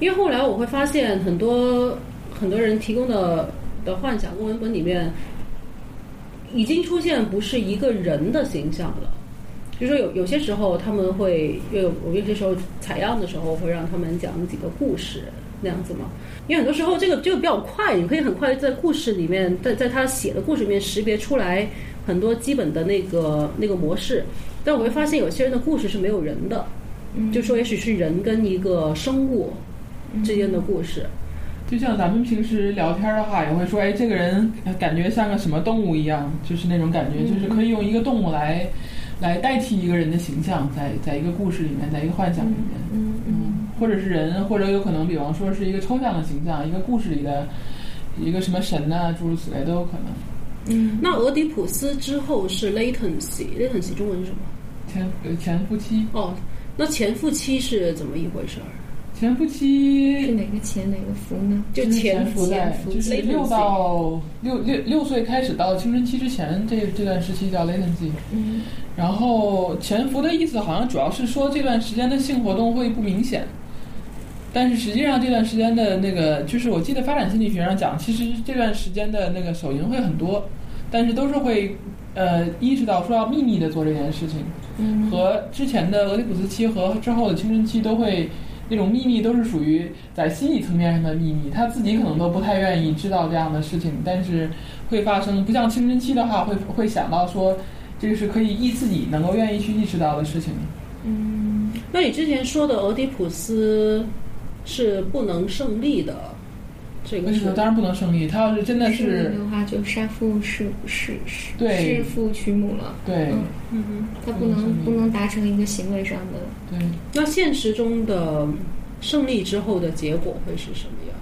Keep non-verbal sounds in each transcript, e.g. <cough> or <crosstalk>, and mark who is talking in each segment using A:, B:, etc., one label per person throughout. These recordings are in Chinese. A: 因为后来我会发现很多很多人提供的的幻想跟文本里面，已经出现不是一个人的形象了。比如说有有些时候他们会，又有我有些时候采样的时候会让他们讲几个故事那样子嘛。因为很多时候这个这个比较快，你可以很快在故事里面，在在他写的故事里面识别出来很多基本的那个那个模式。但我会发现有些人的故事是没有人的，
B: 嗯
A: 就说也许是人跟一个生物之间的故事。
C: 就像咱们平时聊天的话，也会说，哎，这个人感觉像个什么动物一样，就是那种感觉，就是可以用一个动物来来代替一个人的形象，在在一个故事里面，在一个幻想里面。
B: 嗯嗯
C: 或者是人，或者有可能，比方说是一个抽象的形象，一个故事里的一个什么神呐、诸如此类都有可能。
B: 嗯，
A: 那俄狄浦斯之后是 latency，latency 中文是什么？
C: 前呃前夫妻，
A: 哦，那前夫妻是怎么一回事儿？
C: 前夫
B: 是
C: 妻
B: 哪个前哪个福呢？
A: 就是前
C: 潜伏在
B: 前夫
C: 就是
A: ，latency
C: 六到六六六岁开始到青春期之前这这段时期叫 latency。
B: 嗯
C: 然后潜伏的意思好像主要是说这段时间的性活动会不明显，但是实际上这段时间的那个，就是我记得发展心理学上讲，其实这段时间的那个手淫会很多，但是都是会呃意识到说要秘密的做这件事情，
B: 嗯
C: 和之前的俄狄浦斯期和之后的青春期都会。那种秘密都是属于在心理层面上的秘密，他自己可能都不太愿意知道这样的事情，但是会发生。不像青春期的话，会会想到说，这个是可以意自己能够愿意去意识到的事情。
B: 嗯
A: 那你之前说的俄狄浦斯是不能胜利的，这个
C: 为什
A: 是
C: 么？当然不能胜利，他要是真的
B: 是
C: 是
B: 的话，就杀父弑弑弑
C: 对
B: 弑父娶母了。
C: 对
B: 嗯，
A: 嗯哼。
B: 他不
C: 嗯
B: 能
C: 同意
B: 不能达成一个行为上的，
C: 对，
A: 那现实中的胜利之后的结果会是什么样？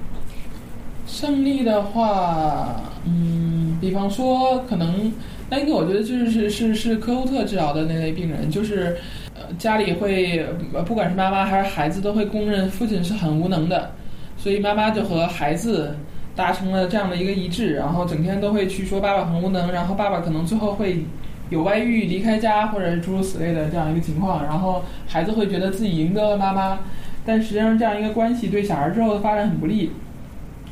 C: 胜利的话，嗯，比方说可能那个我觉得就是是是是科夫特治疗的那类病人，就是呃家里会呃不管是妈妈还是孩子都会公认父亲是很无能的，所以妈妈就和孩子。达成了这样的一个一致，然后整天都会去说爸爸很无能，然后爸爸可能最后会有外遇、离开家或者诸如此类的这样一个情况，然后孩子会觉得自己赢得了妈妈，但实际上这样一个关系对小孩之后的发展很不利，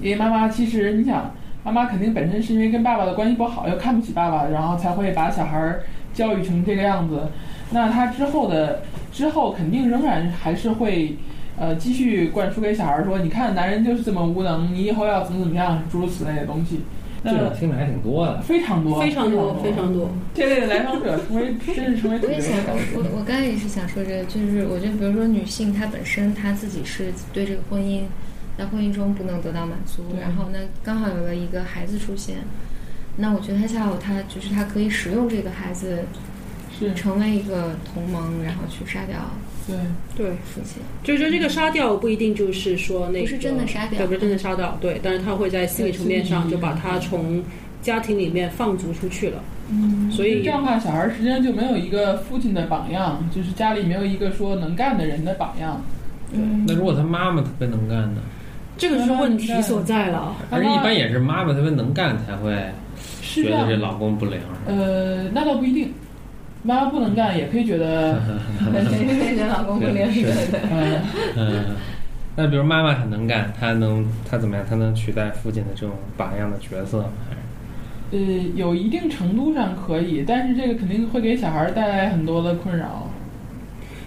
C: 因为妈妈其实你想，妈妈肯定本身是因为跟爸爸的关系不好，又看不起爸爸，然后才会把小孩儿教育成这个样子。那他之后的之后肯定仍然还是会，呃，继续灌输给小孩儿说，你看男人就是这么无能，你以后要怎么怎么样，诸如此类的东西。那
D: 这种听着还挺多的。
C: 非常多，
A: 非
C: 常
A: 常多，非常多。
C: 这类的来访者成为真是成为主
B: 我也
C: 流
B: 想
C: 的导，
B: 我我刚才也是想说这个，就是我觉得，比如说女性她本身她自己是对这个婚姻，在婚姻中不能得到满足，
C: 对
B: 然后呢，刚好有了一个孩子出现，那我觉得她恰好她就是她可以使用这个孩子
C: 是
B: 成为一个同盟，然后去杀掉
C: 对，
A: 对，
B: 父亲。
A: 就是说这个杀掉不一定就是说那个
B: 不是真的杀掉
A: 对，不是真的杀掉，对，但是他会在心理层面上就把他从家庭里面放逐出去了，
B: 嗯
A: 所
C: 这
A: 以
C: 样的话，小孩儿实际上就没有一个父亲的榜样，就是家里没有一个说能干的人的榜样。
B: 嗯
D: 那如果他妈妈特别能干呢？
A: 这个就是问题所在了。
B: 嗯
C: 妈
D: 而
C: 妈
D: 且一般也是妈妈特别能干才会
C: 是
D: 觉
C: 这
D: 得
C: 样
D: 这老公不良。
C: 呃，那倒不一定，妈妈不能干也可以觉得，
B: 对对，
D: <laughs>
B: 老公不灵
D: 是
B: 对对。
C: 呃，
D: 嗯，那比如妈妈很能干，她能她怎么样？她能取代父亲的这种榜样的角色吗？还是
C: 呃，有一定程度上可以，但是这个肯定会给小孩儿带来很多的困扰。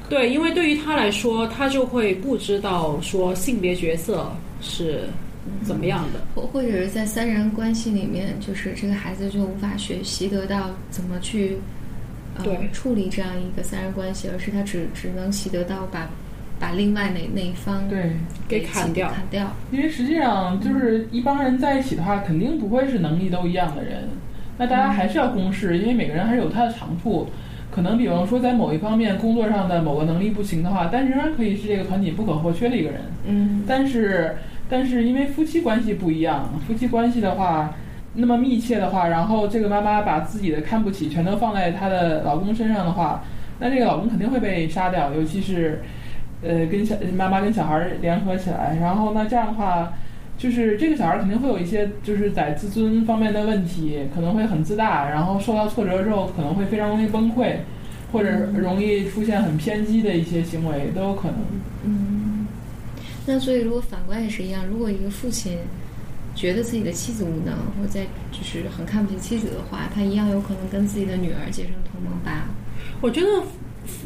A: 对，因为对于他来说，他就会不知道说性别角色是怎么样的。
B: 或或者是在三人关系里面，就是这个孩子就无法学习得到怎么去呃
A: 对
B: 处理这样一个三人关系，而是他只只能习得到把把另外哪那一方
C: 对，
A: 给
B: 起
A: 砍掉
B: 砍掉。
C: 因为实际上就是一帮人在一起的话，肯定不会是能力都一样的人。那大家还是要共事，因为每个人还是有他的长处。可能比方说在某一方面工作上的某个能力不行的话，但仍然可以是这个团体不可或缺的一个人。
B: 嗯
C: 但是，但是因为夫妻关系不一样，夫妻关系的话，那么密切的话，然后这个妈妈把自己的看不起全都放在她的老公身上的话，那这个老公肯定会被杀掉，尤其是，呃，跟小妈妈跟小孩儿联合起来，然后那这样的话。就是这个小孩儿肯定会有一些，就是在自尊方面的问题，可能会很自大，然后受到挫折之后，可能会非常容易崩溃，或者容易出现很偏激的一些行为都有可能。
B: 嗯，那所以如果反观也是一样，如果一个父亲觉得自己的妻子无能，或者在就是很看不起妻子的话，他一样有可能跟自己的女儿结成同盟吧。
A: 我觉得，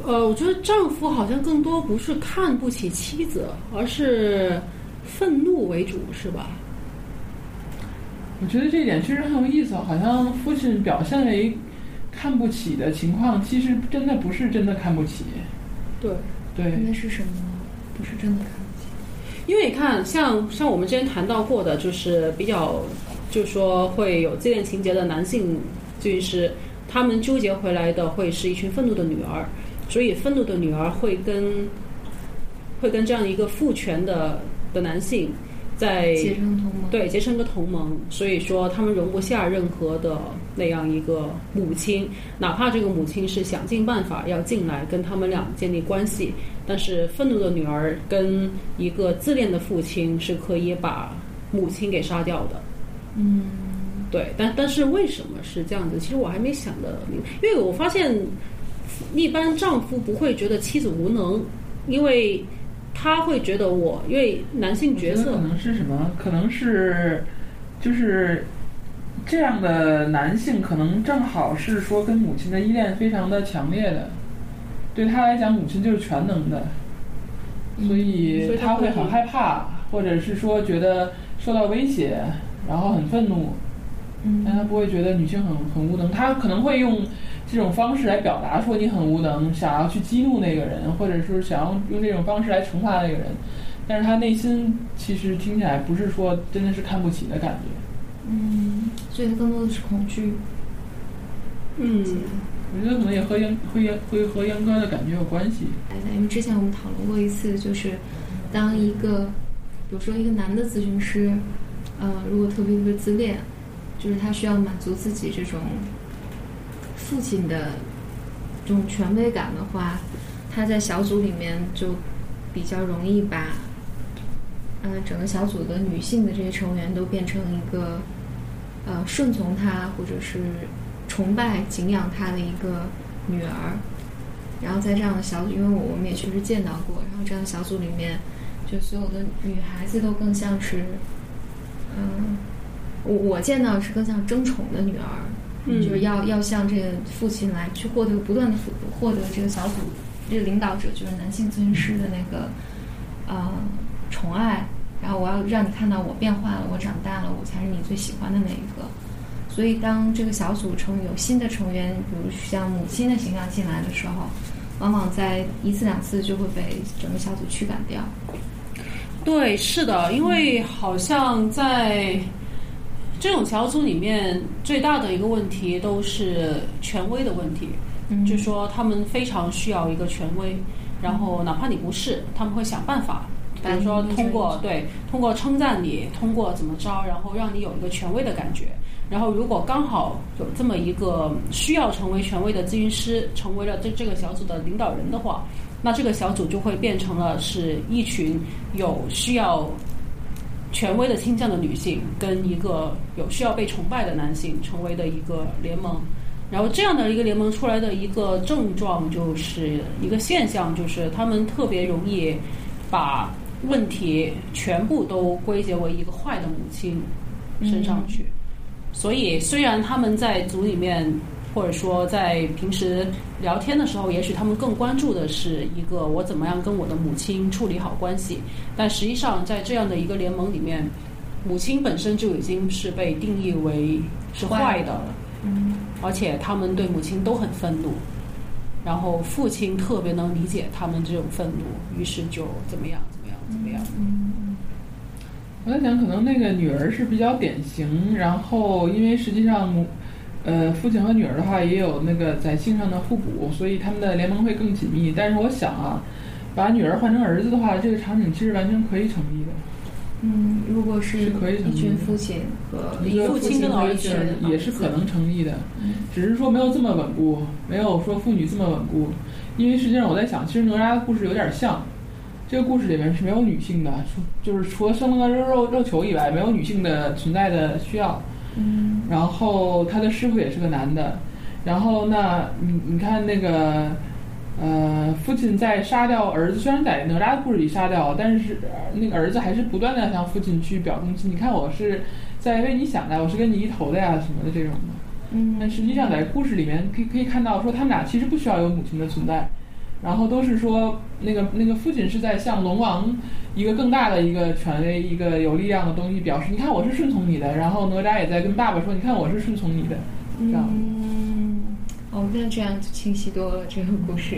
A: 呃，我觉得丈夫好像更多不是看不起妻子，而是愤怒为主，是吧？
C: 我觉得这一点确实很有意思，好像父亲表现为看不起的情况，其实真的不是真的看不起。
A: 对，
C: 对，
B: 那是什么呢？不是真的看不起。
A: 因为你看，像像我们之前谈到过的，就是比较，就是说会有自恋情节的男性军师，他们纠结回来的会是一群愤怒的女儿，所以愤怒的女儿会跟会跟这样一个父权的的男性在
B: 结成同盟，
A: 对，结成个同盟，所以说他们容不下任何的那样一个母亲，哪怕这个母亲是想尽办法要进来跟他们俩建立关系，但是愤怒的女儿跟一个自恋的父亲是可以把母亲给杀掉的。
B: 嗯，
A: 对，但但是为什么是这样子？其实我还没想的明白，因为我发现嗯一般丈夫不会觉得妻子无能，因为他会觉得我，因为男性角
C: 我觉
A: 色
C: 得可能是什么？可能是就是这样的男性，可能正好是说跟母亲的依恋非常的强烈的，对他来讲，母亲就是全能的，
A: 嗯
C: 所
A: 所
C: 以
A: 以他
C: 会
A: 会
C: 很害怕，或者是说觉得受到威胁，然后很愤怒，
B: 嗯
C: 但他不会觉得女性很很无能，他可能会用这种方式来表达说你很无能，想要去激怒那个人，或者说想要用这种方式来惩罚那个人，但是他内心其实听起来不是说真的是看不起的感觉。
B: 嗯，所以他更多的是恐惧。
A: 嗯。
C: 我觉得可能也和杨和杨会和杨哥的感觉有关系。
B: 因为之前我们讨论过一次，就是当一个，比如说一个男的咨询师，呃，如果特别特别自恋，就是他需要满足自己这种父亲的这种权威感的话，他在小组里面就比较容易把，呃，整个小组的女性的这些成员都变成一个，呃，顺从他或者是崇拜、敬仰他的一个女儿。然后在这样的小组，因为我我们也确实见到过，然后这样的小组里面，就所有的女孩子都更像是，嗯，我我见到的是更像争宠的女儿，
A: 嗯
B: 就是要要向这个父亲来去获得不断的获得这个小组这个领导者就是男性咨询师的那个呃宠爱，然后我要让你看到我变化了，我长大了，我才是你最喜欢的那一个。所以，当这个小组成有新的成员，比如像母亲的形象进来的时候，往往在一次两次就会被整个小组驱赶掉。
A: 对，是的，因为好像在这种小组里面，最大的一个问题都是权威的问题，
B: 嗯
A: 就说他们非常需要一个权威，然后哪怕你不是，他们会想办法。比如说
B: 把你，
A: 通过对通过称赞你，通过怎么着，然后让你有一个权威的感觉。然后，如果刚好有这么一个需要成为权威的咨询师，成为了这这个小组的领导人的话，那这个小组就会变成了是一群有需要权威的倾向的女性，跟一个有需要被崇拜的男性成为的一个联盟。然后这样的一个联盟出来的一个症状，就是一个现象，就是他们特别容易把问题全部都归结为一个坏的母亲身上去。所以，虽然他们在组里面，或者说在平时聊天的时候，也许他们更关注的是一个我怎么样跟我的母亲处理好关系，但实际上在这样的一个联盟里面，母亲本身就已经是被定义为是坏的了。而且他们对母亲都很愤怒，然后父亲特别能理解他们这种愤怒，于是就怎么样怎么样怎么样。
C: 我在想，可能那个女儿是比较典型，然后因为实际上母，呃，父亲和女儿的话也有那个在性上的互补，所以他们的联盟会更紧密。但是我想啊，把女儿换成儿子的话，这个场景其实完全可以成立的，
B: 嗯，如果是
C: 是可以
B: 一群父亲和
C: 一个
A: 呃父亲跟
C: 和
A: 儿
C: 一
A: 子
C: 个儿子也是可能成立的，
A: 嗯
C: 只是说没有这么稳固，没有说父女这么稳固。因为实际上我在想，其实哪吒的故事有点像。这个故事里面是没有女性的，除就是除了生了个肉肉肉球以外，没有女性的存在的需要。
B: 嗯
C: 然后他的师傅也是个男的，然后那你你看那个，呃，父亲在杀掉儿子，虽然在哪吒的故事里杀掉，但是、呃那个儿子还是不断的向父亲去表忠心。你看，我是在为你想的，我是跟你一头的呀，什么的这种的。但
B: 嗯
C: 实际上在故事里面可以可以看到，说他们俩其实不需要有母亲的存在，然后都是说那个那个父亲是在向龙王一个更大的一个权威、一个有力量的东西表示，你看我是顺从你的，然后哪吒也在跟爸爸说，你看我是顺从你的，这样。
B: 嗯，哦，那这样就清晰多了这个故事。